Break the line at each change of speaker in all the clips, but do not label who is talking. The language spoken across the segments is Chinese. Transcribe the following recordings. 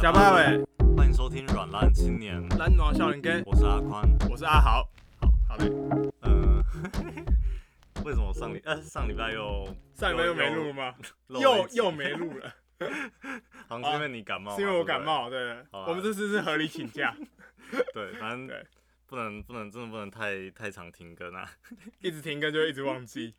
贾八伟，
欢迎收听《软烂青年》，
蓝暖笑脸哥，
我是阿宽。
我是阿豪。好，好嘞，
嗯、呃， 为什么上礼呃上礼拜又
上礼拜又没录？吗？
漏了
又
一集
又没录了，
好像是因为你感冒嘛，
是因为我
对
感
不对。
冒。对，
好啦
我们这次是合理请假，
对，反正
对
不能不能真的不能太太常停更啊
一直停更就一直忘记。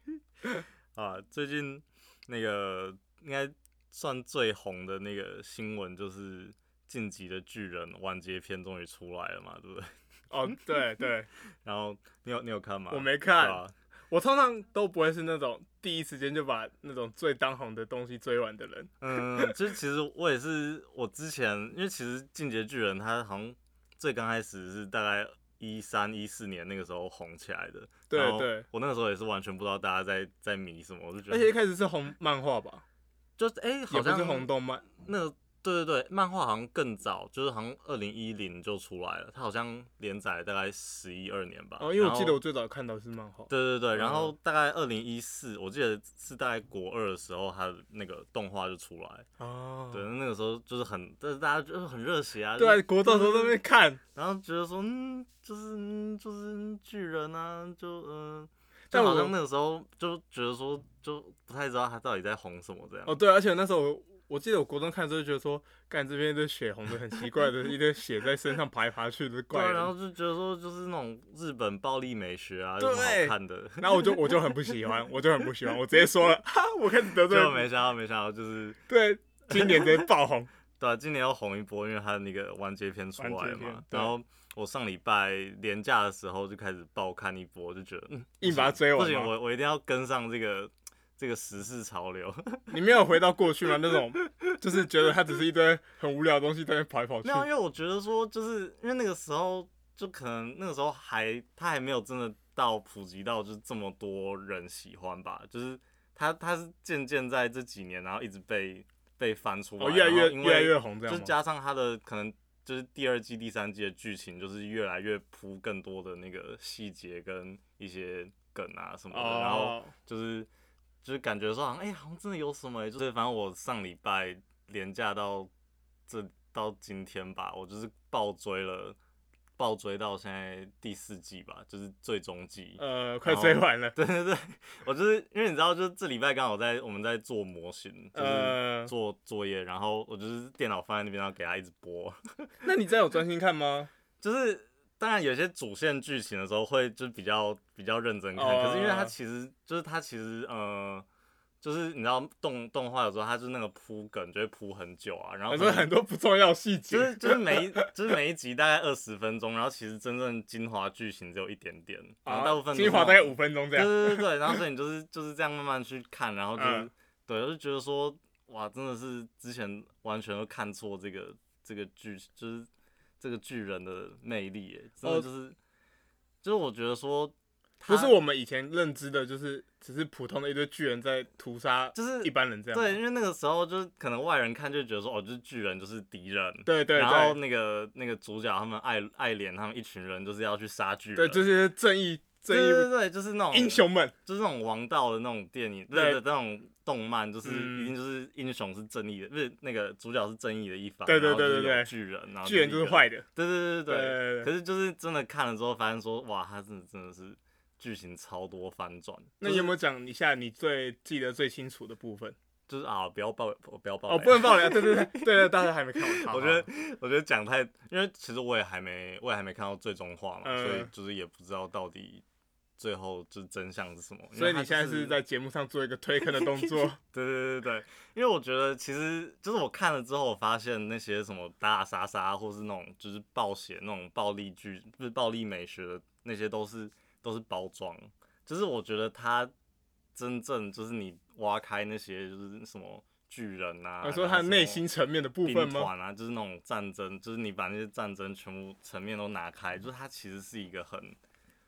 啊！最近那个应该算最红的那个新闻就是《晋级的巨人》完结篇终于出来了嘛，对不对？
哦，对对，
然后你有你有看吗？
我
对
没看，
啊，
我通常都不会是那种第一时间就把那种最当红的东西追完的人。
嗯，就是其实我也是，我之前因为其实《进阶巨人》它好像最刚开始是大概一三一四年那个时候红起来的，
对
然后
对
我那个时候也是完全不知道大家在在迷什么，我就觉得，
而且一开始是红漫画吧，
就是哎、
也
好
不
像
是红动漫。
那个对对对，漫画好像更早，就是好像二零一零就出来了，它好像连载了大概十一二年吧。
哦，因为我
然
记
后
得我最早看到是漫画。
对对对，然后
嗯
大概二零一四，我记得是大概国二的时候，它那个动画就出来。
哦，
对，那个时候就是很，但是大家就是很热血啊。就是
对，国中的时候在那边看，
然后觉得说，嗯，就是嗯就是嗯巨人啊，就嗯，但
但我
好像那个时候就觉得说，就不太知道他到底在红什么这样。啊
哦，对，而且那时候我我记得我国中看的时候就觉得说，干这边一堆血红的很奇怪的，一堆血在身上爬来爬去的
对
怪
啊，
人，
然后就觉得说，就是那种日本暴力美学啊，有什么
对
好看的？
然后我就我就很不喜欢，我就很不喜欢，我直接说了，哈，我开始得 罪
结果
了，
没想到，没想到就是
对，今年直接爆红，
对、啊，今年要红一波，因为他那个完结篇出来
完
了
结篇
嘛。
对
然后我上礼拜连假的时候就开始爆看一波，就觉得嗯，
硬把它追
不
完
行，
吗。
我我 一定要跟上这个这个时事潮流。
你没有回到过去吗？那种就是觉得它只是一堆很无聊的东西在那边跑来跑去
没。 有，因为啊我觉得说，就是因为那个时候，就可能那个时候还他还没有真的到普及到就是这么多人喜欢吧，就是他他是渐渐在这几年，然后一直被被翻出来，
哦，越来
然
越
后因为
越来越红这
就
样
是
吗？
加上他的可能就是第二季、第三季的剧情，就是越来越铺更多的那个细节跟一些梗啊什么的，然后
哦，
就是就是感觉说好像哎、好像真的有什么、欸，就是反正我上礼拜连假到这到今天吧，我就是爆追了，爆追到现在第四季吧，就是最终季。
呃，快追完了，
对对对，我就是因为你知道，就是这礼拜刚好在我们在做模型，就是
呃，
做作业，然后我就是电脑放在那边，然后给他一直播，
那你这样有专心看吗？
就是。当然，有些主线剧情的时候会就比较比较认真看
哦
可是因为它其实就是它其实呃，就是你知道动动画有时候它就是那个铺梗就会铺很久啊，然后
反
可能
正哦很多不重要细节
就，是就是每一就是每一集大概二十分钟，然后其实真正精华剧情只有一点点，然后大部分都是
啊精华
那
大概
种
五分钟
对
这样。
对对对，然后所以你就是就是这样慢慢去看，然后就是、
嗯
对，我就觉得说哇，真的是之前完全都看错这个这个巨，就是这个巨人的魅力耶，真
哦
的就是、就是我觉得说
不
他
是我们以前认知的，就是只是普通的一堆巨人在屠杀
就是
一般人这样。
对，因为那个时候就是可能外人看就觉得说哦，就是巨人就是敌人。
对对
然后
对
那个那个主角他们爱爱莲他们一群人就是要去杀巨人，
对，就是正义正
对对对
义
对，就是那种
英雄们，
就是那种王道的那种电影，
对
对对，那种动漫，就是
嗯
一定就是英雄是正义的，不是那个主角是正义的一方，
对对
然后就是
对对
有
对
巨人，然后
巨人就是是
一个，
坏的。
对对对对对。
对
可是就是真的看了之后，发现说哇，他真的真的是剧情超多翻转。
那
就是
你有没有讲一下你最记得最清楚的部分？
就是啊，不要爆，不要爆
哦，
雷，
不 能爆雷啊！对对对对对，大家还没看完。好好
我觉 得，我觉得讲太，因为其实我也还没，我也还没看到最终话嘛，
嗯
所以就是也不知道到底最后就是真相是什么。因为
所以
它
你现在
就是
在节目上做一个推坑的动 作。
对对对对，因为我觉得其实就是我看了之后，我发现那些什么打打杀杀，或是那种就是暴血那种暴力剧，不是暴力美学的那些，都是都是包装。就是我觉得它真正就是你挖开那些就是什么巨人啊，
我说
然后
他
什么
内心层面的部分
兵
吗？
团啊，就是那种战争，就是你把那些战争全部层面都拿开，就是它其实是一个很，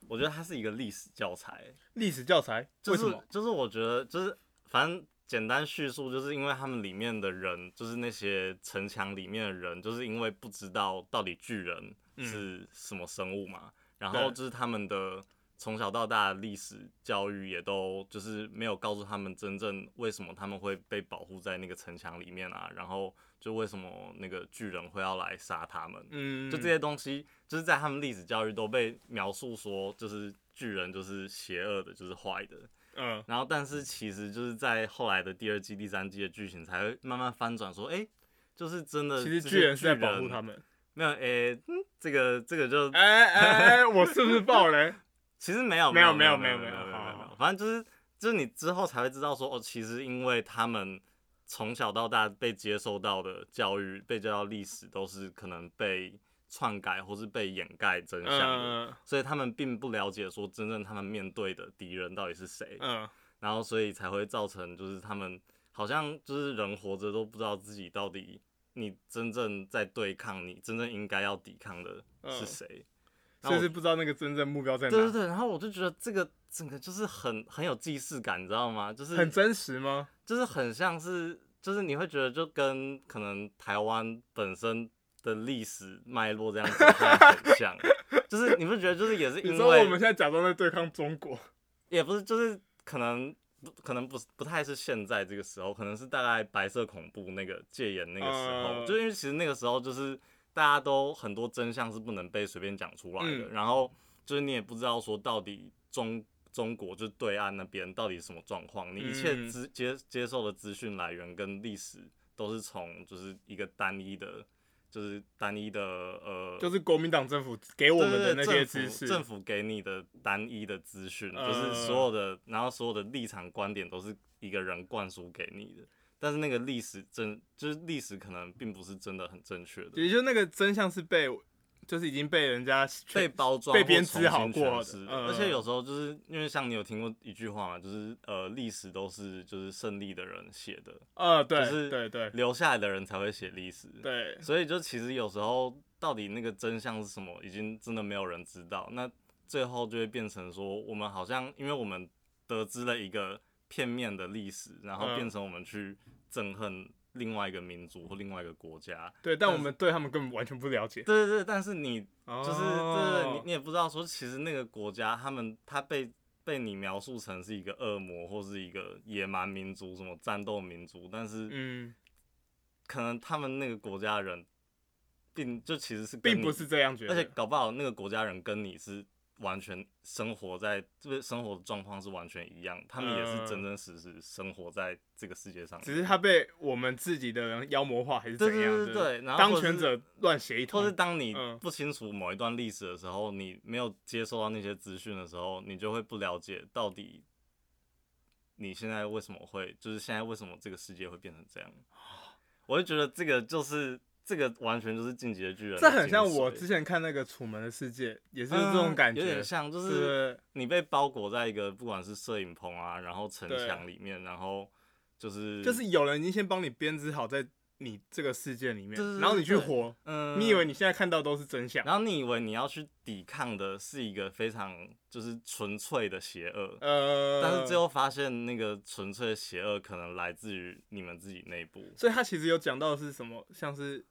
我觉得它是一个历史教材。
历史教材？
就
为
是
什么？
就是我觉得就是反正简单叙述，就是因为他们里面的人，就是那些城墙里面的人，就是因为不知道到底巨人是什么生物嘛，然后
嗯对
就是他们的从小到大的历史教育也都就是没有告诉他们真正为什么他们会被保护在那个城墙里面啊，然后就为什么那个巨人会要来杀他们，
嗯，
就这些东西就是在他们历史教育都被描述说就是巨人就是邪恶的，就是坏的，
嗯，
然后，但是其实就是在后来的第二季、第三季的剧情才会慢慢翻转，说，哎，就是真的，
其实
这些
巨人是在保护他
们。
们。
没有，哎，嗯，这个这个就
哎哎哎，我是不是爆 雷？
其实没有，
没有
没
没
没
有
没
没有
有
没有
没有
好好
没
好
有，反正就是就是你之后才会知道说，哦，其实因为他们从小到大被接受到的教育、被教到历史，都是可能被篡改或是被掩盖真相的，
嗯
所以他们并不了解说真正他们面对的敌人到底是谁。
嗯，
然后所以才会造成就是他们好像就是人活着都不知道自己到底你真正在对抗你真正应该要抵抗的是谁。然后
甚
我
至不知道那个嗯真啊正目标在哪，
对对对，然后我就觉得这个整个就是很很有既视感，你知道吗？就是
很真实吗？
就是很像是，就是你会觉得就跟可能台湾本身的历史脉络这样子很 像，就是你不觉得就是也是因
你
为
说我们现在假装在对抗中国，
也不是，就是可能不可能不是不太是现在这个时候，可能是大概白色恐怖那个戒严那个时候，
嗯
就因为其实那个时候就是大家都很多真相是不能被随便讲出来的，
嗯
然后就是你也不知道说到底中。中国就是对岸那边到底是什么状况？你一切
嗯
资接接受的资讯来源跟历史都是从就是一个单一的，就是单一的呃，
就是国民党政府给我们的那些
对对对政
知
府
识，
政府给你的单一的资讯，
呃
就是所有的，然后所有的立场观点都是一个人灌输给你的，但是那个历史真就是历史可能并不是真的很正确的，
也就是那个真相是被，就是已经被人家
被包装
被
或
编织好
重新
过
诠
的
释
呃
而且有时候就是因为像你有听过一句话嘛，就是呃历史都是就是胜利的人写的，
呃，对
就是
对对
留下来的人才会写历史，
对，
所以就其实有时候到底那个真相是什么，已经真的没有人知道。那最后就会变成说，我们好像因为我们得知了一个片面的历史，然后
嗯
变成我们去憎恨另外一个民族或另外一个国家。
对，但我们对他们根本完全不了解，
对对对，但是你
就
就是对对
哦
对，你你也不知道说，其实那个国家他们他被被你描述成是一个恶魔或是一个野蛮民族，什么战斗民族，但是
嗯，
可能他们那个国家人并就其实是跟
并不
你
是这样觉
而且
得，
搞不好那个国家人跟你是完全生活在这个生活的状况是完全一样，他们也是真真实实生活在这个世界上。
嗯只是他被我们自己的人妖魔化还是怎
对
样
对对对
的，
对，然后
当
或者
权
是，
者乱写一
或是
通，
当你
嗯
不清楚某一段历史的时候，你没有接受到那些资讯的时候，你就会不了解到底你现在为什么会，就是现在为什么这个世界会变成这 样。我就觉得这个就是这个完全就是进击的巨人的精
这
髓，
很像我之前看那个《楚门的世界》，也是这种
嗯
感觉，
有点像就是是你被包裹在一个不管是摄影棚啊，然后城墙里面，然后就是
就是有人已经先帮你编织好在你这个世界里面
对对，对
然后你去
对
活，
嗯，
你以为你现在看到都是真相，
然后你以为你要去抵抗的是一个非常就是纯粹的邪恶，
呃，
但是最后发现那个纯粹的邪恶可能来自于你们自己内部。
所以他其实有讲到的是什么，像是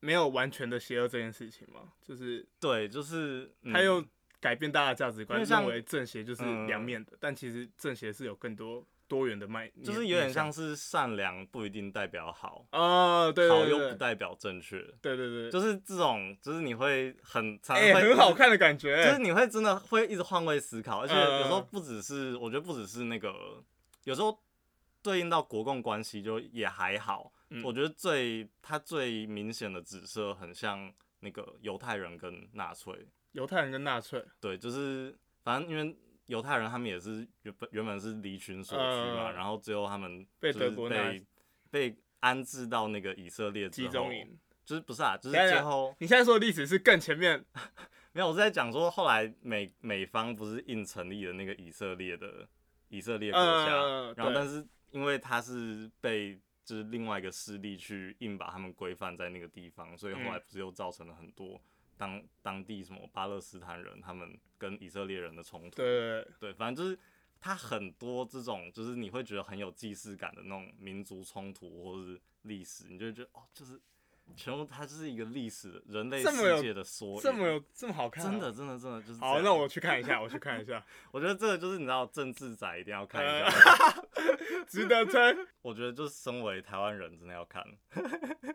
没有完全的邪恶这件事情嘛，就是
对，就是、嗯、
他又改变大家的价值
因
观，
为像
认为正邪就是
嗯
两面的，但其实正邪是有更多多元的脉，
就是有点像是善良不一定代表好，
啊，对
好
对
又不
对
代表正确，
对对对，
就是这种就是你会很常
哎
会、
很好看的感觉，
就是你会真的会一直换位思考，而且
嗯
有时候不只是，我觉得不只是那个，有时候对应到国共关系就也还好。
嗯
我觉得最它最明显的指涉很像那个犹太人跟纳粹，
犹太人跟纳粹，
对，就是反正因为犹太人他们也是原本原本是离群所居嘛，
嗯
然后最后他们
被
就是
德国纳
被被安置到那个以色列之
集
后，
中营。
就是不是啊，就是
等一下
最后
你现在说的历史是更前面
没有，我是在讲说，后来美美方不是硬成立了那个以色列的以色列国家，
呃
然后
对
但是因为他是被就是另外一个势力去硬把他们规范在那个地方，所以后来
嗯
不是又造成了很多当当地什么巴勒斯坦人他们跟以色列人的冲突。
对对对
对，反正就是他很多这种，就是你会觉得很有既视感的那种民族冲突或是历史，你就会觉得哦，就是全部它就是一个历史人类
这么有
世界的缩影，
这么有这么好看啊、
真的真的真的就是这
好，
样
那我去看一下，我去看一下，
我觉得这个就是你知道政治仔一定要看一下，
呃值得推。
我觉得就是身为台湾人真的要看，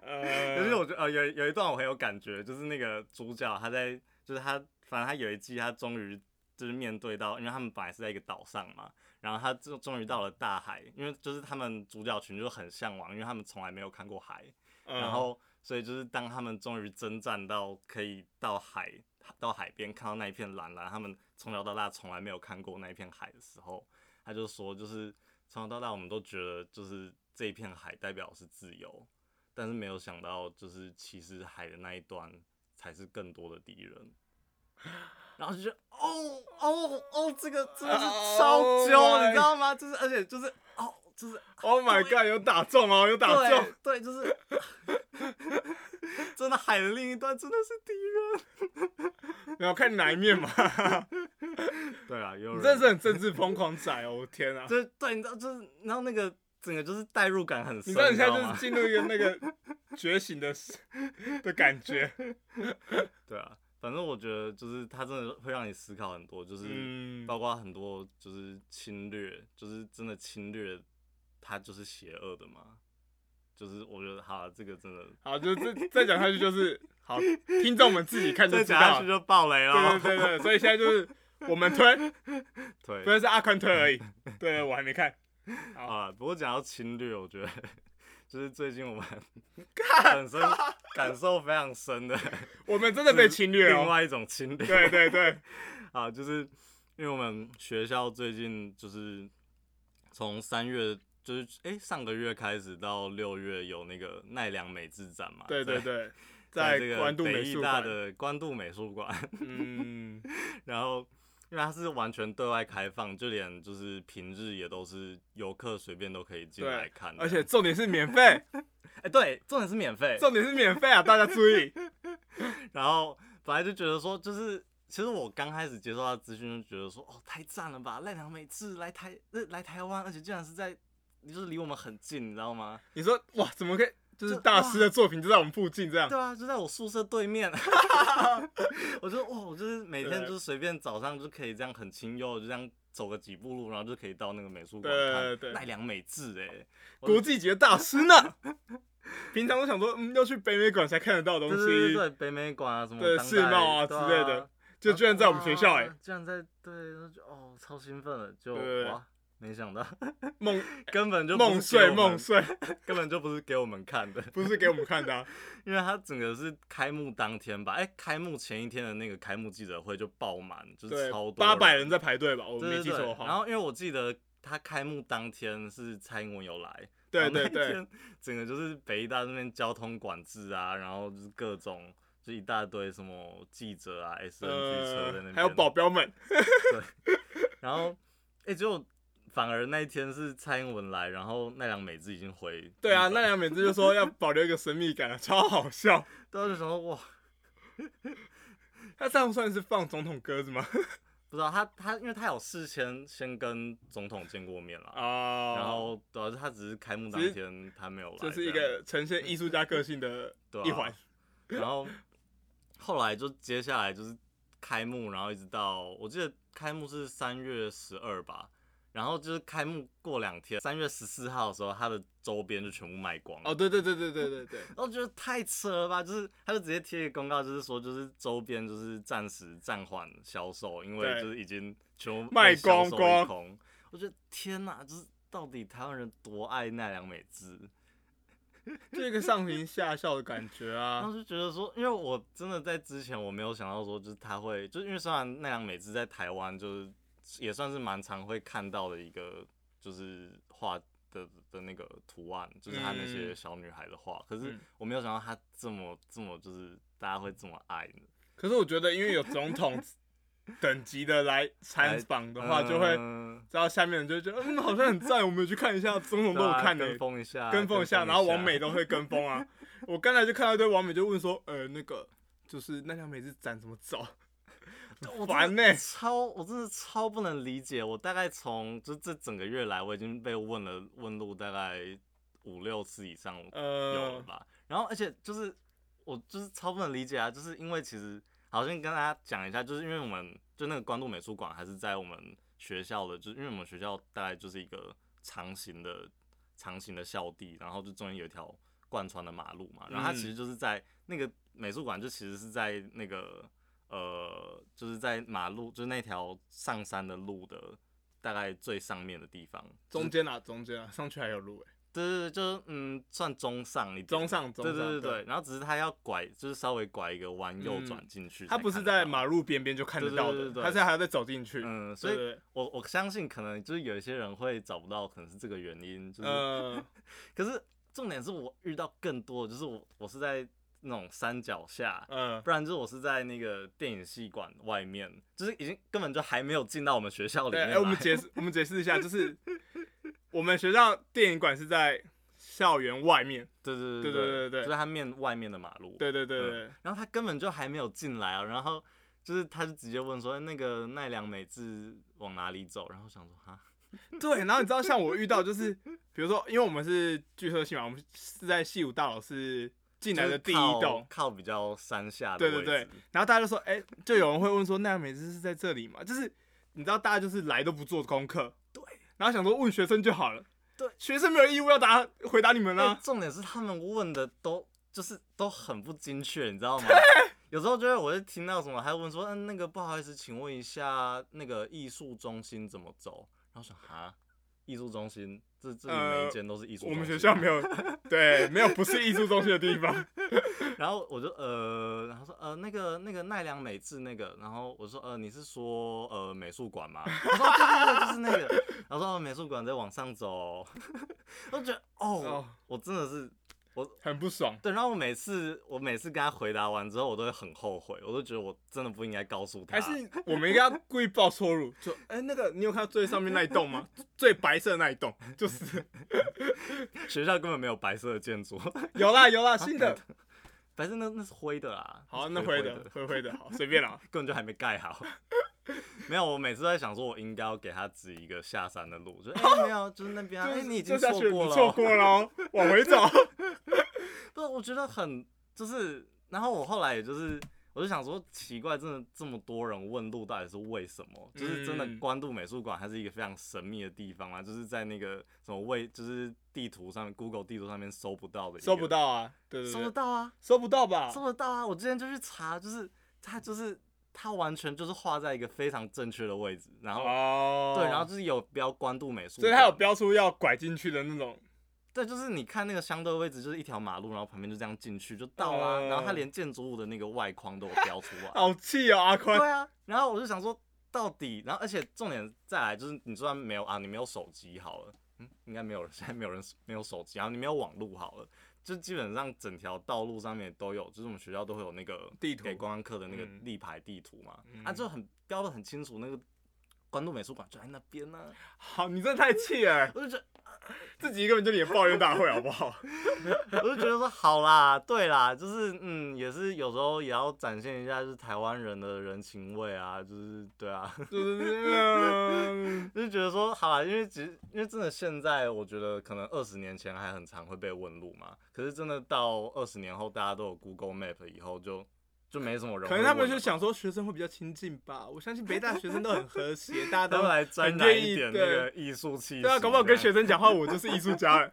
呃，
而且我觉得呃有有一段我很有感觉，就是那个主角他在就是他反正他有一季他终于就是面对到，因为他们本来是在一个岛上嘛，然后他终终于到了大海，因为就是他们主角群就很向往，因为他们从来没有看过海，
嗯
然后所以就是当他们终于征战到可以到海到海边看到那一片蓝蓝，他们从小到大从来没有看过那一片海的时候，他就说就是从小到大我们都觉得就是这一片海代表是自由，但是没有想到就是其实海的那一端才是更多的敌人。然后就觉得哦哦哦，这个真的是超
Oh
揪
my
你知道吗？就是而且就是哦，就是
Oh my God，有打中哦，有打中。
对对，就是 真的海的另一端真的是敌人。
然后看哪一面嘛，
对啊，有
你真的是很政治疯狂仔哦，我的天啊！
就是对，你知道就是你知道那个整个就是代入感很深，
你知道你现在
知
就
吗
是进入一个那个觉醒的的感觉，
对啊，反正我觉得就是它真的会让你思考很多，就是
嗯，
包括很多就是侵略，就是真的侵略，它就是邪恶的嘛。就是我觉得哈，这个真的
好，就这再讲下去就是好，听众们自己看就
再
知
讲下
道
去
了。
就爆雷了。
对对对对，所以现在就是我们推，
对
不是是阿宽推而已。对，我还没看。
啊，不过讲到侵略，我觉得就是最近我们本身感受非常深的
我们真的 被侵略
另
哦。
外一种侵略
对对对，
啊，就是因为我们学校最近就是从三月。就是诶，上个月开始到六月有那个奈良美智展嘛？
对对， 对，
啊在
在
这个
关渡
北
美
艺
术
大
馆，
的关渡美术馆，
嗯，
然后因为它是完全对外开放，就连就是平日也都是游客随便都可以进
对
来看的。啊
而且重点是 免费，
哎、对，重点是免费，
重点是免费啊！大家注意，
然后本来就觉得说，就是其实我刚开始接受到的资讯，就觉得说，哦，太赞了吧！赖良美智来台呃来台湾，而且竟然是在就是离我们很近，你知道吗？
你说哇，怎么可以？就是
这
大师的作品就在我们附近这样，
对啊，就在我宿舍对面。 我就哦哇，我就是每天
对
就是随便早上就可以这样很清幽，就这样走个几步路，然后就可以到那个美术馆
对对
看
对
奈良美智哎、我
国际级的大师 呢？平常我想说，嗯，要去北美馆才看得到的
对
东
对对
西，
对，北美馆啊什么
对
当代
世贸啊
对
之类的
啊
就居然在我们学校哎
哇，居然在对，然后就哦，超兴奋的，就
对
哇，没想到
梦
根本就不是
梦碎
给我们
梦，碎，
根本就不是给我们看的，
不是给我们看的啊。
因为它整个是开幕当天吧，哎、开幕前一天的那个开幕记者会就爆满， 就是
对
超，多
八百人在排队吧，我
对
没
对
记
对
错的，
然
话。
后因为我记得他开幕当天是蔡英文有来，
对
然后那
对
一
对，
天，整个就是北医大那边交通管制啊，然后就是各种就一大堆什么记者啊、SNG 车在那
呃，
边，嗯
还有保镖 们，
然后哎、结果反而那一天是蔡英文来，然后奈良美智已经回
对啊，
日本
奈良美智就说要保留一个神秘感啊，超好笑。
对啊就想说哇，
他这样算是放总统鸽子吗？
不知道他他因为他有事先先跟总统见过面了。
啊，
然后主要是他只是开幕当
只是
天他没有哦来，
这是一
样
个呈现艺术家个性的
对啊
一环。
然 后后来就接下来就是开幕，然后一直到我记得开幕是三月十二吧，然后就是开幕过两天，三月十四号的时候，它的周边就全部卖光了
哦，。对对对对对对对，
然后觉得太扯了吧，就是他就直接贴一个公告，就是说就是周边就是暂时暂缓销售，因为
对
就是已经全部被
卖
销
光
售一
光
空。我觉得天哪，就是到底台湾人多爱奈良美智？
就一个上行下效的感觉
当
啊。
时觉得说，因为我真的在之前我没有想到说，就是他会，就是因为虽然奈良美智在台湾就是也算是蛮常会看到的一个就是画的的那个图案，就是他那些
嗯
小女孩的画，可是
嗯
我没有想到他这么这么就是大家会这么爱你
可是我觉得，因为有总统等级的来参访的话，就会
嗯
知道下面人就会觉得，嗯，好像很赞，我们有去看一下，总统都有
对啊
看呢、欸
跟风一下，
跟风一下，然后王美都会跟风啊。我刚才就看到一堆王美就问说，呃，那个就是那条美是展怎么找？
我真的
烦呢
超，我真的超不能理解。我大概从就这整个月来，我已经被问了问路大概五六次以上有了
呃，
吧。然后而且就是我就是超不能理解啊，就是因为其实好像跟大家讲一下，就是因为我们就那个关渡美术馆还是在我们学校的，就是因为我们学校大概就是一个长形的长形的校地，然后就中间有一条贯穿的马路嘛，然后它其实
嗯
就是在那个美术馆就其实是在那个呃就是在马路就是那条上山的路的大概最上面的地方，就是
中间啊，中间啊，上去还有路哎、
对对对，就是嗯，算中上一点，
中上中上
对对对
对嗯
对。然后只是他要拐，就是稍微拐一个弯右转进去才看得到、
它不是在马路边边就看得到
对对对
的，
对
它是还要再走进去。
嗯，所以
对对
我我相信可能就是有一些人会找不到，可能是这个原因，就是、
呃，
可是重点是我遇到更多的，就是我我是在那种山脚下，
嗯，
不然就是我是在那个电影系馆外面，就是已经根本就还没有进到我们学校里
对，
面
哎、
来。
我们解释，我们解释一下，就是我们学校电影馆是在校园外面，
对对对
对对对对
就是它面外面的马路。
对对对对对，
然后他根本就还没有进来啊，然后就是他就直接问说哎那个奈良美智往哪里走，然后想说哈，嗯
对，然后你知道，像我遇到就是，比如说，因为我们是剧社系嘛，我们是在戏舞大楼是 进来的第一
就是
栋
靠，靠比较山下的
对
位
对
置，
对，然后大家就说，哎、就有人会问说，那美姿是在这里吗？就是你知道，大家就是来都不做功课，
对，
然后想说问学生就好了，
对
学生没有义务要答回答你们
哎
啊，
重点是他们问的都就是都很不精确，你知 道吗？有时候就会我就听到什么，还问说嗯那个不好意思，请问一下那个艺术中心怎么走？然后想哈，艺术中心这这里每
呃
一间都是艺术、
我们学校 没。有，对，没有不是艺术中心的地方，
然后我就呃，然后说呃那个那个奈良美智那个，然后我说呃你是说呃美术馆吗？他说哦对对对，就是那个。然后说、哦、美术馆再往上走， 我就觉得哦，
哦
我真的是
很不爽。
对。然后我每次我每次跟他回答完之后，我都会很后悔，我都觉得我真的不应该告诉他。
还是我们应该要故意报错路，就哎、那个你有看到最上面那一栋吗？最白色那一栋，就是
学校根本没有白色的建筑，
有啦有啦，新的。
白色那那是灰的啦。
好，啊
是
那
灰
灰
灰
的灰灰的，好随便啦。
根本就还没盖好。没有，我每次都在想说，我应该要给他指一个下山的 路，就哎、没有，就是那 边啊，哎、
就是
你已经
就下
错
去
过
你
了，
错过了哦，往回 走。
不是，我觉得很就是，然后我后来也就是，我就想说，奇怪，真的这么多人问路，到底是为什么？就是真的
嗯
关渡美术馆，它是一个非常神秘的地方啊，就是在那个什么位，就是地图上面，Google 地图上面搜不到的，
收不，到啊，对对
搜
对
得，到啊，
收不到吧？
搜得到啊！我之前就去查，就是它就是它完全就是画在一个非常正确的位置，然后
哦，
对，然后就是有标关渡美术
所
馆，
以它有标出要拐进去的那种，
对，就是你看那个相对位置，就是一条马路，然后旁边就这样进去就到啦、
嗯
然后它连建筑物的那个外框都有标出 来，
好气哦，阿宽。
对啊，然后我就想说到底，然后而且重点再来就是你虽然没有啊，你没有手机好了，嗯，应该没有人， 现在没有人没有手机，然后你没有网路好了。就基本上整条道路上面都有，就是我们学校都会有那个
地图
给观光客的那个
嗯
立牌地图嘛，
嗯
啊就很标的很清楚，那个关渡美术馆就在那边呢、
好，你真的太气了，
我就觉得
自己一个人就你的抱怨大会好不好？
我就觉得说好啦，对啦，就是嗯，也是有时候也要展现一下就是台湾人的人情味啊，就是对啊，
就是嗯
就是觉得说好啦，因为其实因为真的现在我觉得可能二十年前还很常会被问路嘛，可是真的到二十年后大家都有 Google Map 以后就就没什么人会
可
问
能
了吧，
他们就想说学生会比较亲近吧，我相信北大学生都很和 谐，大家
他
都
们来沾
很
染
愿
一
意
点那
对
个艺术气息，
对啊，搞不好
这
跟
样
学生讲话，我就是艺术 家了。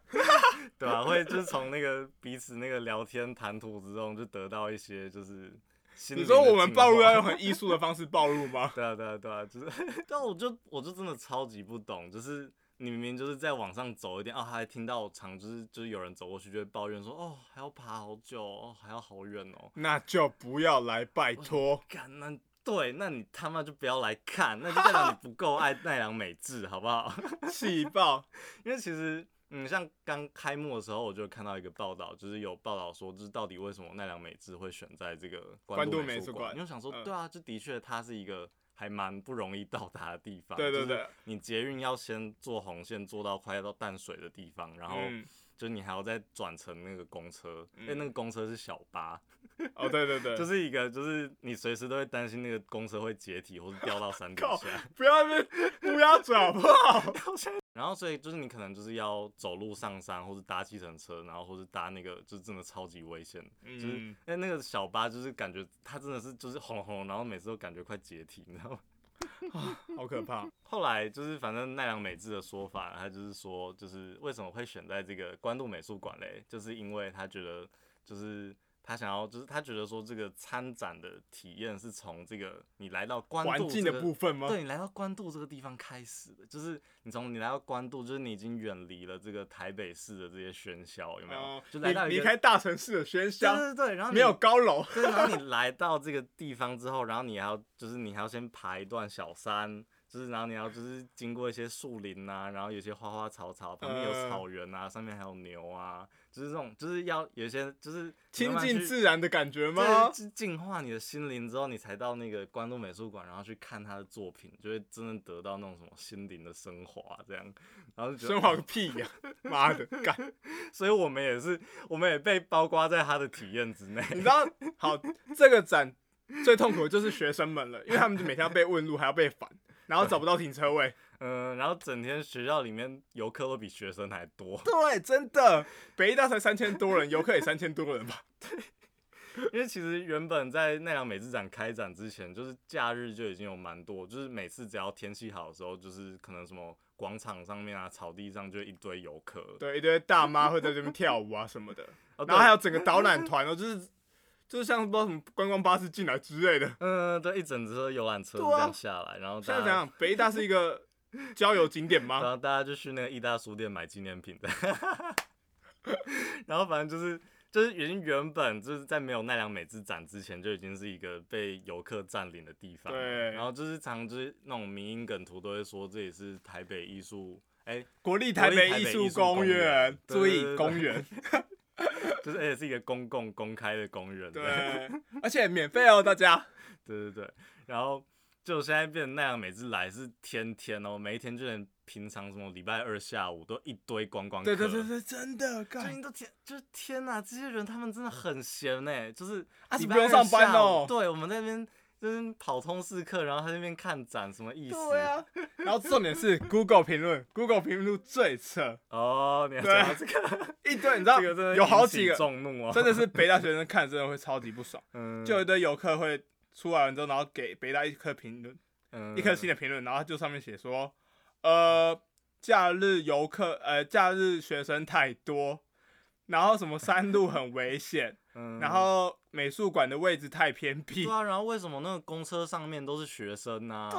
对啊，会就是从那个彼此那个聊天谈吐之中就得到一些就是心
你
灵
说
的
我们
净
暴露
化
要用很艺术的方式暴露吗？
对啊，对啊，对啊，就是， 但我就我就真的超级不懂，就是你明明就是在往上走一点，啊，还听到常就是就是有人走过去就会抱怨说，哦，还要爬好久，哦，还要好远哦，
那就不要来，拜托。
干那对，那你他妈就不要来看，那就代表你不够爱奈良美智，好不好？
气爆！
因为其实，嗯，像刚开幕的时候，我就看到一个报道，就是有报道说，就是到底为什么奈良美智会选在这个
关渡
渡
美
美
术
馆？
馆
因为我想说，
嗯
对啊，这的确它是一个还蛮不容易到达的地方。
对对
就是
对
你捷运要先坐红线，坐到快要到淡水的地方， 然后
嗯，
就你还要再转乘那个公车，因为那个公车是小巴，
哦，对对对，
就是是一个就是你随时都会担心那个公车会解体或是掉到山底啊
靠
下。
不要那边不要转，好不好？
然后所以就是你可能就是要走路上山，或是搭计程车，然后或是搭那个就是真的超级危险，就是
嗯，
那那个小巴就是感觉它真的是就是轰轰，然后每次都感觉快解体，你知道吗？
好可怕。
后来就是反正奈良美智的说法，他就是说，就是为什么会选在这个关渡美术馆嘞？就是因为他觉得，就是他想要，就是他觉得说这个参展的体验是从这个你来到关
环
渡
境
这
的
个
部分 吗？哦
对你来到关渡这个地方开始的，就是 你从你来到关渡，就是你已经远离了这个台北市的这些喧嚣，有没有？
哦，
就来到
离
一
离
个
开大城市的喧
对
嚣，
对对，然后你
没有高楼。
对，然后你来到这个地方之后，然后你还要就是你还要先爬一段小山，就是然后你要就是经过一些树林啊，然后有些花花草草，旁边有
嗯
草原啊，上面还有牛啊，就是这种就是要有一些就是你慢
亲
慢
近
去
自然的感觉
对
吗？
就是净化你的心灵之后，你才到那个关渡美术馆，然后去看他的作品，就会真的得到那种什么心灵的升华，这样，然后就觉得哦
生活个屁呀、妈 的，干！
所以我们也是，我们也被包括在他的体验之内。
你知道，好，这个展最痛苦的就是学生们了，因为他们就每天要被问路，还要被烦，然后找不到停车 位。，
嗯，然后整天学校里面游客都比学生还多
对，真的，北医大才三千多人，游客也三千多人吧？
因为其实原本在奈良美智展开展之前，就是假日就已经有蛮多，就是每次只要天气好的时候，就是可能什么广场上面啊、草地上就一堆游客。
对，一堆大妈会在这边跳舞啊什么的，
哦，
然后还
有
有整个导览团哦，就是就是像不知道什么观光巴士进来之类的。
嗯，对，一整车游览车
对
这
啊
样下来，然后
现
大
在啊
家
想想，北医大是一个郊游景点
然
吗？
后大家就去那个义大书店买纪念品的， 然后反正就是就是已经原本就是在没有奈良美智展之前就已经是一个被游客占领的地方了，
对
然后就是常就是那种民音梗图都会说这也是台北艺术，哎、
国立台北艺术公园，注
国立台
意
北艺术公园对对对对
公园。
就是而且是一个公共公开的公园，
对， 而且免费哦，大家。
对对对，然后就现在变成那样，每次来是天天哦，每一天就连平常什么礼拜二下午都一堆观光客，
对对对对，真的，
最
干
近都天，就是天呐，这些人他们真的很闲呢、就是
啊
礼
是不
拜
用
二
上班
下午
哦
对，我们在那边就是跑通识课，然后他在那边看展，什么意思？
对啊。然后重点是 Google 评论，Google 评论最扯，
哦，你要
对
讲到这个，
一堆你知道
这个真的
有
引
好
起
几个，
众怒哦，
真的是北大学生看真的会超级不爽，
嗯，
就有一堆游客会出来完之后，然后给北大一颗评论，
嗯
一颗星的评论，然后就上面写说，呃，假日游客，呃，假日学生太多，然后什么山路很危险，
嗯
然后美术馆的位置太偏僻
对，啊，然后为什么那个公车上面都是学生呢、啊？，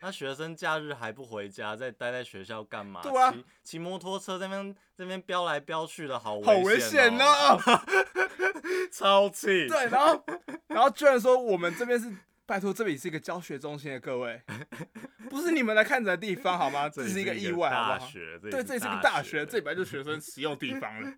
那学生假日还不回家，在待在学校干嘛？
对啊
骑骑摩托车在那边这边飙来飙去的，好危
好危险
险哦，
哦。
超气。
对，然后然后居然说我们这边是，拜托，这里是一个教学中心的各位，不是你们来看展的地方好吗？
这
是
里
一个
是
意外，好
大
不好？
学，
对，这
这
里是
是
个大学，这里本来就是学生使用地 方了。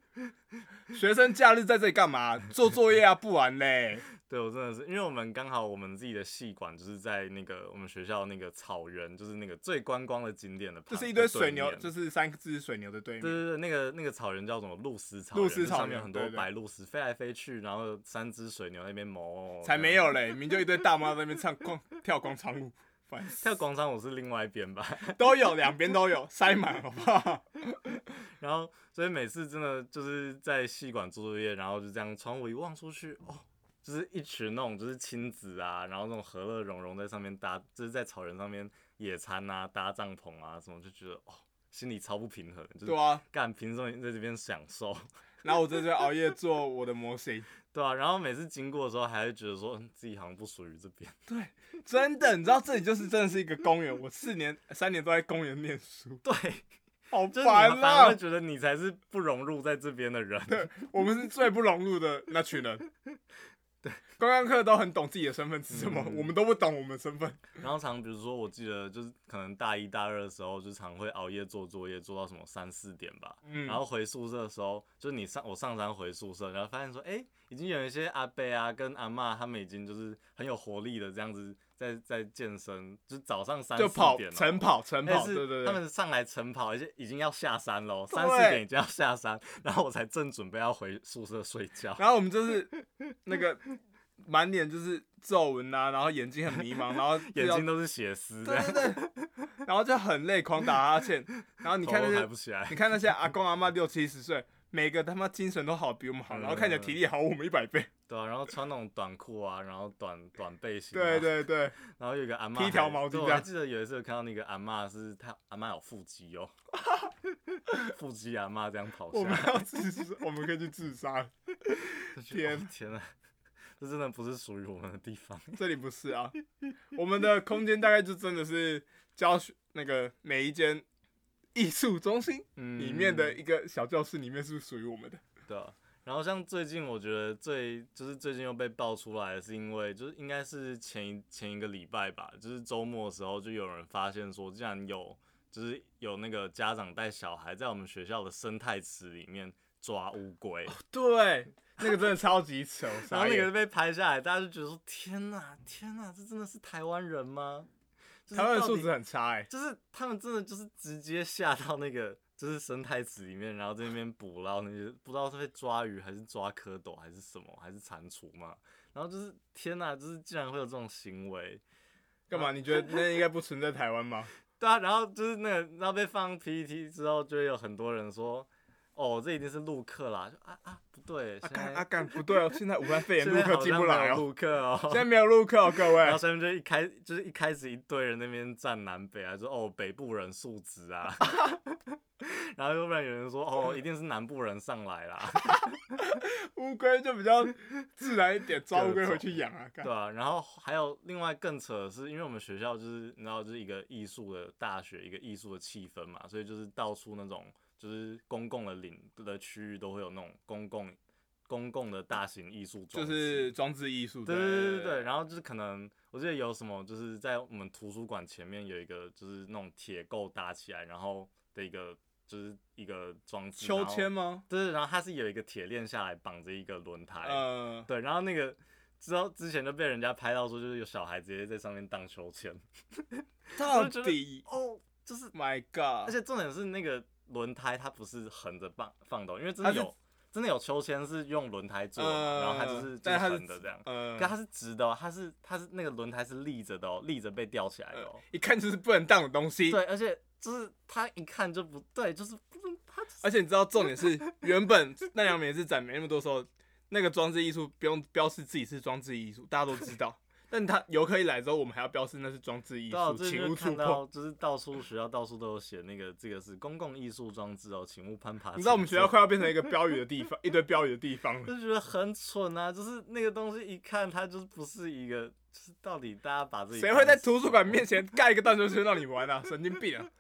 学生假日在这里干嘛？做作业啊，不玩 嘞。
对我真的是，因为我们刚好我们自己的系馆就是在那个我们学校那个草原，就是那个最观光的景点的旁，
就是一堆水牛，
啊对面
就是三只水牛的对
对
面。
对对，那个那个草原叫什么？露丝草原，
露丝
就
草
上面
原
有很多
对对
白鹭鸶飞来飞去，然后三只水牛那边哞，
才没有嘞，明明就一堆大妈在那边唱广跳广场舞，烦死
跳广场舞是另外一边吧。
都有，两边都有，塞满好不好？
然后，所以每次真的就是在戏馆做作业，然后就这样窗户一望出去，哦，就是一群那种就是亲子啊，然后那种和乐融融在上面搭，就是在草原上面野餐啊、搭帐篷啊什么，就觉得哦，心里超不平衡，就是
对啊，
干凭什么你在这边享受？
然后我在这边熬夜做我的模型，
对啊，然后每次经过的时候，还会觉得说嗯自己好像不属于这边。
对，真的，你知道这里就是真的是一个公园，我四年三年都在公园念书，
对，
好
就是
烦
你反而
啊
会！觉得你才是不融入在这边的人。
我们是最不融入的那群 人。对，观光客都很懂自己的身份是什么，
嗯
我们都不懂我们的身份。
然后常比如说，我记得就是可能大一大二的时候，就常会熬夜做作业，做到什么三四点吧。
嗯，
然后回宿舍的时候，就是你上我上山回宿舍，然后发现说，哎、已经有一些阿伯啊跟阿嬷他们已经就是很有活力的这样子在在健身，就是早上三
就
四
跑
点、哦、
晨跑，晨
但
跑，
是
对对对，
他们上来晨跑，而且已经要下山喽，
对
三四点已经要下山，然后我才正准备要回宿舍睡觉。
然后我们就是那个满脸就是皱纹啊，然后眼睛很迷茫，然后 啊
眼睛
都
都是血丝，
对对对，然后就很累，狂打哈欠。然后你看那
头都抬
些
不，起来
你，看那些阿公阿妈六七十岁，每个他妈精神都好比我们好，然后看起来体力好我们一百倍。
对啊，然后穿那种短裤啊，然后短短背心、啊，
对对对，
然后有一个阿妈
披条毛巾
对
这
我还
样
记得有一次有看到那个阿妈是她阿妈有腹肌 哦，腹肌阿妈这样跑
我
下
们
来，
要自杀，我们可以去自杀。
就觉得
天
哦天啊，这真的不是属于我们的地方。
这里不是啊，我们的空间大概就真的是教学那个每一间艺术中心
嗯
里面的一个小教室里面是属于我们的。
对啊，然后像最近我觉得最就是最近又被爆出来，是因为就是应该是前一前一个礼拜吧，就是周末的时候就有人发现说，竟然有就是有那个家长带小孩在我们学校的生态池里面抓乌
哦
龟。
对，那个真的超级扯，我
然后
傻
那
眼
个被拍下来，大家就觉得说：“天哪，天哪，这真的是台湾人吗？”就是
台湾的
到
素
底
质很差哎、
就是他们真的就是直接下到那个就是生态池里面，然后在那边捕捞那些不知道是被抓鱼还是抓蝌蚪还是什么还是蟾蜍嘛。然后就是天哪，就是竟然会有这种行为，
干嘛？你觉得那应该不存在台湾 吗？
对啊。然后就是那个，然后被放 PPT 之后，就会有很多人说：“哦，这一定是陆客啦！”就啊啊，不对，
啊
现
干
在、
啊干，不对哦，现在武汉肺炎
现
陆
在
客
好
进
像
不
没有
来哦，
陆客哦，
现在没有陆客哦，各
然后
位。
下面就一开就是一开始一堆人那边站南北啊，说哦北部人素质 啊，然后要不然有人说哦一定是南部人上来 啦，
乌龟就比较自然一点，抓乌龟
各种
回去养啊，干
对。啊，然后还有另外更扯的是，因为我们学校就是你知道就是一个艺术的大学，一个艺术的气氛嘛，所以就是到处那种就是公共的领的区域都会有那种公共公共的大型艺术装
就
置，
是装置艺术，
对对对对，然后就是可能我记得有什么，就是在我们图书馆前面有一个就是那种铁构搭起来，然后的一个就是一个装置
秋千，
然后
吗？
对对，然后它是有一个铁链下来绑着一个轮胎，
呃，
对，然后那个之后之前就被人家拍到说，就是有小孩直接在上面荡秋千，
到
我就觉得
底
哦，就是而
，My God，
且重点是那个轮胎它不是横着放放的哦，因为真
它
的
是
有真的有秋千是用轮胎做的嘛，然后它就是
嗯
就
但它是
横的这样。
呃
可，它是直的、哦，它是它是那个轮胎是立着的哦，立着被吊起来的哦。
一看就是不能当的东西。
对，而且就是它一看就不对，就是不是它就是
而且你知道重点是，原本奈良美智展没那么多时候，那个装置艺术不用标示自己是装置艺术，大家都 知道。但他游客一来之后，我们还要标示那是装置艺
对啊，
术
我，最近
请
就
勿触
看
碰。
到就是到处学校到处都有写那个这个是公共艺术装置哦，请勿攀爬。
你知道我们学校
请
快要变成一个标语的地方，一堆标语的地方
坐
了。
就觉得很蠢啊，就是那个东西一看它就是不是一个，就是到底大家把自己
谁会在
当
图书馆面前盖一个荡秋千让你玩啊？ 神经病啊！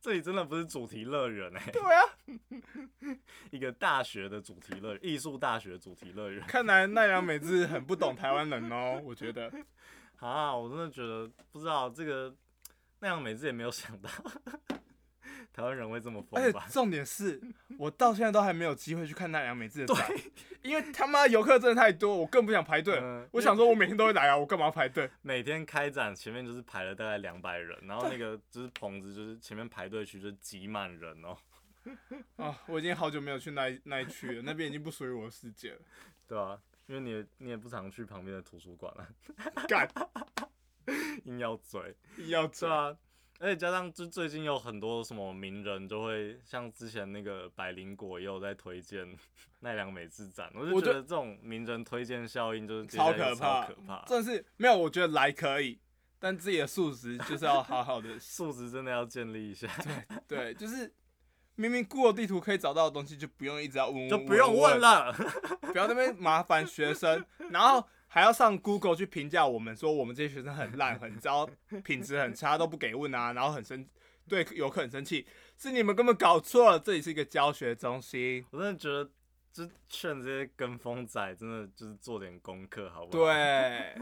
这里真的不是主题乐园哎、
对啊，
一个大学的主题乐园，艺术大学主题乐园。
看来奈良美智很不懂台湾 人哦，我觉得。
啊，我真的觉得不知道这个那样，每次也没有想到 台湾人会这么
而
疯
且
吧？
重点是我到现在都还没有机会去看奈良美智的展，因为他妈游客真的太多，我更不想排队。
嗯
我想说，我每天都会来啊，我干嘛排队？
每天开展前面就是排了大概两百人，然后那个就是棚子，就是前面排队区就挤满人哦，
啊，我已经好久没有去那一那一区了，那边已经不属于我的世界了。
对啊？因为你也你也不常去旁边的图书馆了、
干，
硬要追，
硬要
是
这
啊。而且加上就最近有很多什么名人就会像之前那个百灵果也有在推荐奈良美智展，我就
我
觉
觉
得这种名人推荐效应就是接
超
下来
可
超
怕
可怕，
真的是没有，我觉得来可以，但自己的素质就是要好好的。
素质真的要建立一下，
对，就是明明 Google 地图可以找到的东西，就不用一直要 问，
就不用问，了。
不要那边麻烦学生，然后还要上 Google 去评价我们，说我们这些学生很烂、很糟、品质很差，都不给问啊，然后很生对游客很生气，是你们根本搞错了，这里是一个教学中心。
我真的觉得，就是劝这些跟风仔，真的就是做点功课，好不好？，
对，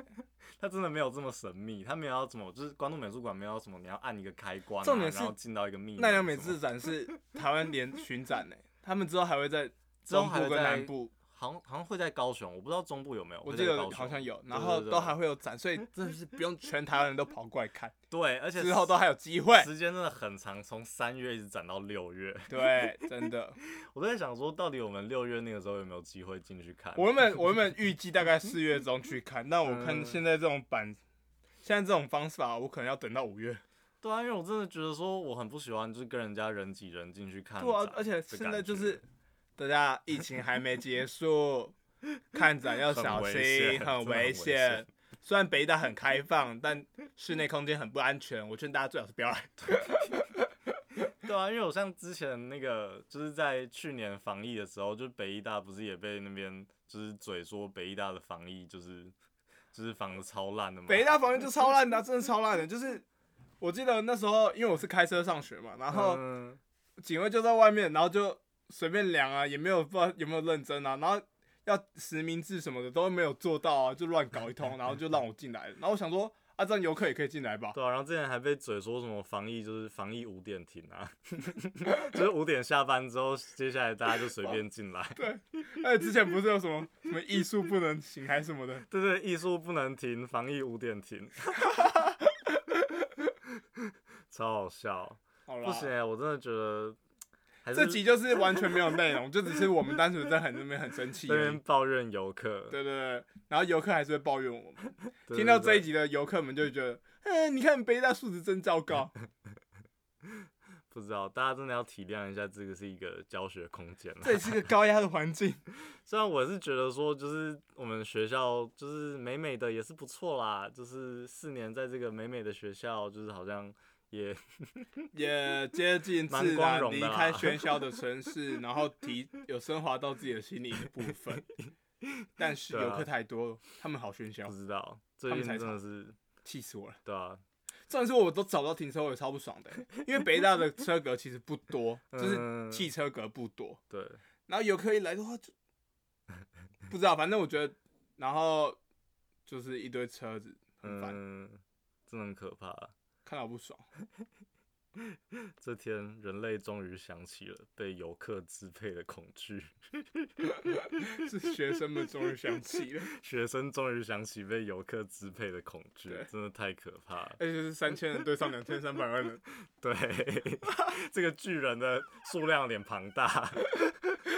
他真的没有这么神秘，他没有要怎么，就是关渡美术馆没有要什么，你要按一个开关、啊，
重点是
然后进到一个密码
奈良美
什么
智展是台湾联巡展呢、他们之后还会在
之后
中
还
部
会
跟
在
南部，
好像好像会在高雄，我不知道中部有没有，
我
会
记
在
得
高雄
好像有，
对
然
对
后
对
都还会有展，所 以真的是不用全台湾人都跑过来看，
对，而且
之后都还有机会。
时间真的很长，从三月一直展到六月，
对，真的，
我都在想说，到底我们六月那个时候有没有机会进去看？
我原本我原本预计大概四月中去看，但我看
嗯
现在这种版，现在这种方法，我可能要等到五月。
对啊，因为我真的觉得说我很不喜欢，就是跟人家人挤人进去看展。
对啊，而且
这
现在
感
就
觉
是大家疫情还没结 束，看展要
很
小
危险
心，
真的
很
很
危
危
险
险。
虽然北大很开放，但室内空间很不安全，我劝大家最好是不要来。
对啊，因为我像之前那个，就是在去年防疫的时候，就是北医大不是也被那边就是嘴说北医大的防疫就是就是防的超烂的嘛。
北大房间就超烂的啊、真的超烂的。就是我记得那时候，因为我是开车上学嘛，然后
嗯
警卫就在外面，然后就随便量啊，也没有不知道有没有认真啊，然后要实名制什么的都没有做到啊，就乱搞一通，然后就让我进来了。然后我想说，啊，这样游客也可以进来吧？
对啊，然后之前还被嘴说什么防疫就是防疫五点停啊， 就是五点下班之后，接下来大家就随便进来。
哎，之前不是有什么什么艺术不能行还是什么的？
对对，艺术不能停，防疫五点 停，超好笑。
好啦，
不行、欸，我真的觉 得还是
这集就是完全没有内容，就只是我们单纯在很那边很生气
在那
而已
边。抱怨游客。
对对对，然后游客还是会抱怨我们。
对
听到
对
这一
对
集的游客们就会觉得，嗯，你看北大素质真 糟糕。
不知道，大家真的要体谅一下，这个是一个教学空间啦。
这也是个高压的环境。
虽然我是觉得说，就是我们学校就是美美的也是不错啦，就是四年在这个美美的学校，就是好像也
也接近自
蛮光
然，
荣
离
的啦
开喧嚣的城市， 然后提有升华到自己的心理的部分。但是
对啊
游客太多了，他们好喧嚣
不，知道，最
哦他们
近
才
真的是
气死我了。
对啊，
上次我都找不到停车位，超不爽的、因为北大的车格其实不多，就是
嗯
汽车格不多。
对，
然后游客一来的话就不知道，反正我觉得，然后就是一堆车子，很烦，
嗯，真的很可怕。啊
看到不爽。
这天，人类终于想起了被游客支配的恐惧，
是学生们终于想起了，
学生终于想起被游客支配的恐惧
对，
真的太可怕了。
而且是三千人对上两千三百万 人，
对，这个巨人的数量有点庞大，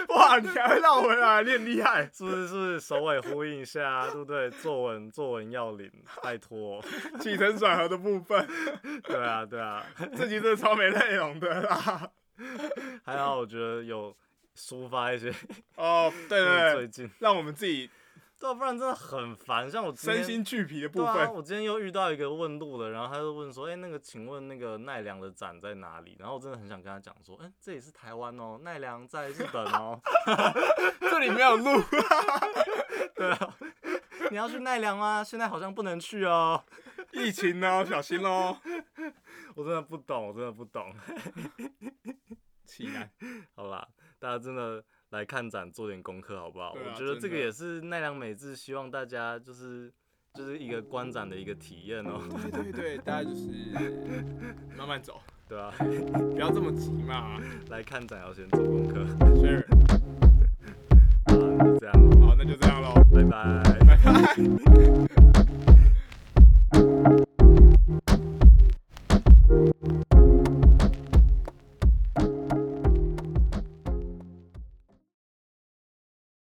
哇，你还会绕回来，你很厉害。
是不是？是不是首尾呼应一下、啊，对不对？作文作文要领，拜托。
起承转合的部分，
对啊，对啊，
这集真的超没内容的啦。
还好我觉得有抒发一些
哦，对对
最
对，
近，
让我们自己
对啊、不然真的很烦。像我今
身
天
心俱疲的部
对啊，
分，
我今天又遇到一个问路的，然后他就问说：“哎、那个，请问那个奈良的展在哪里？”然后我真的很想跟他讲说：“哎、这里是台湾哦，奈良在日本哦。
这里没有录，
对啊，你要去奈良吗？现在好像不能去哦。
疫情哦，小心喽。
我真的不懂，我真的不懂。
起来，
好啦，大家真的来看展做点功课好不好？
对啊
我觉得这
真
个
的
也是奈良美智希望大家就是就是一个观展的一个体验哦。
对对 对，大家就是慢慢走，
对啊，
不要这么急嘛。
来看展要先做功课。
是，
好啦，就这样，
好，那就这样喽，
拜拜。
拜拜。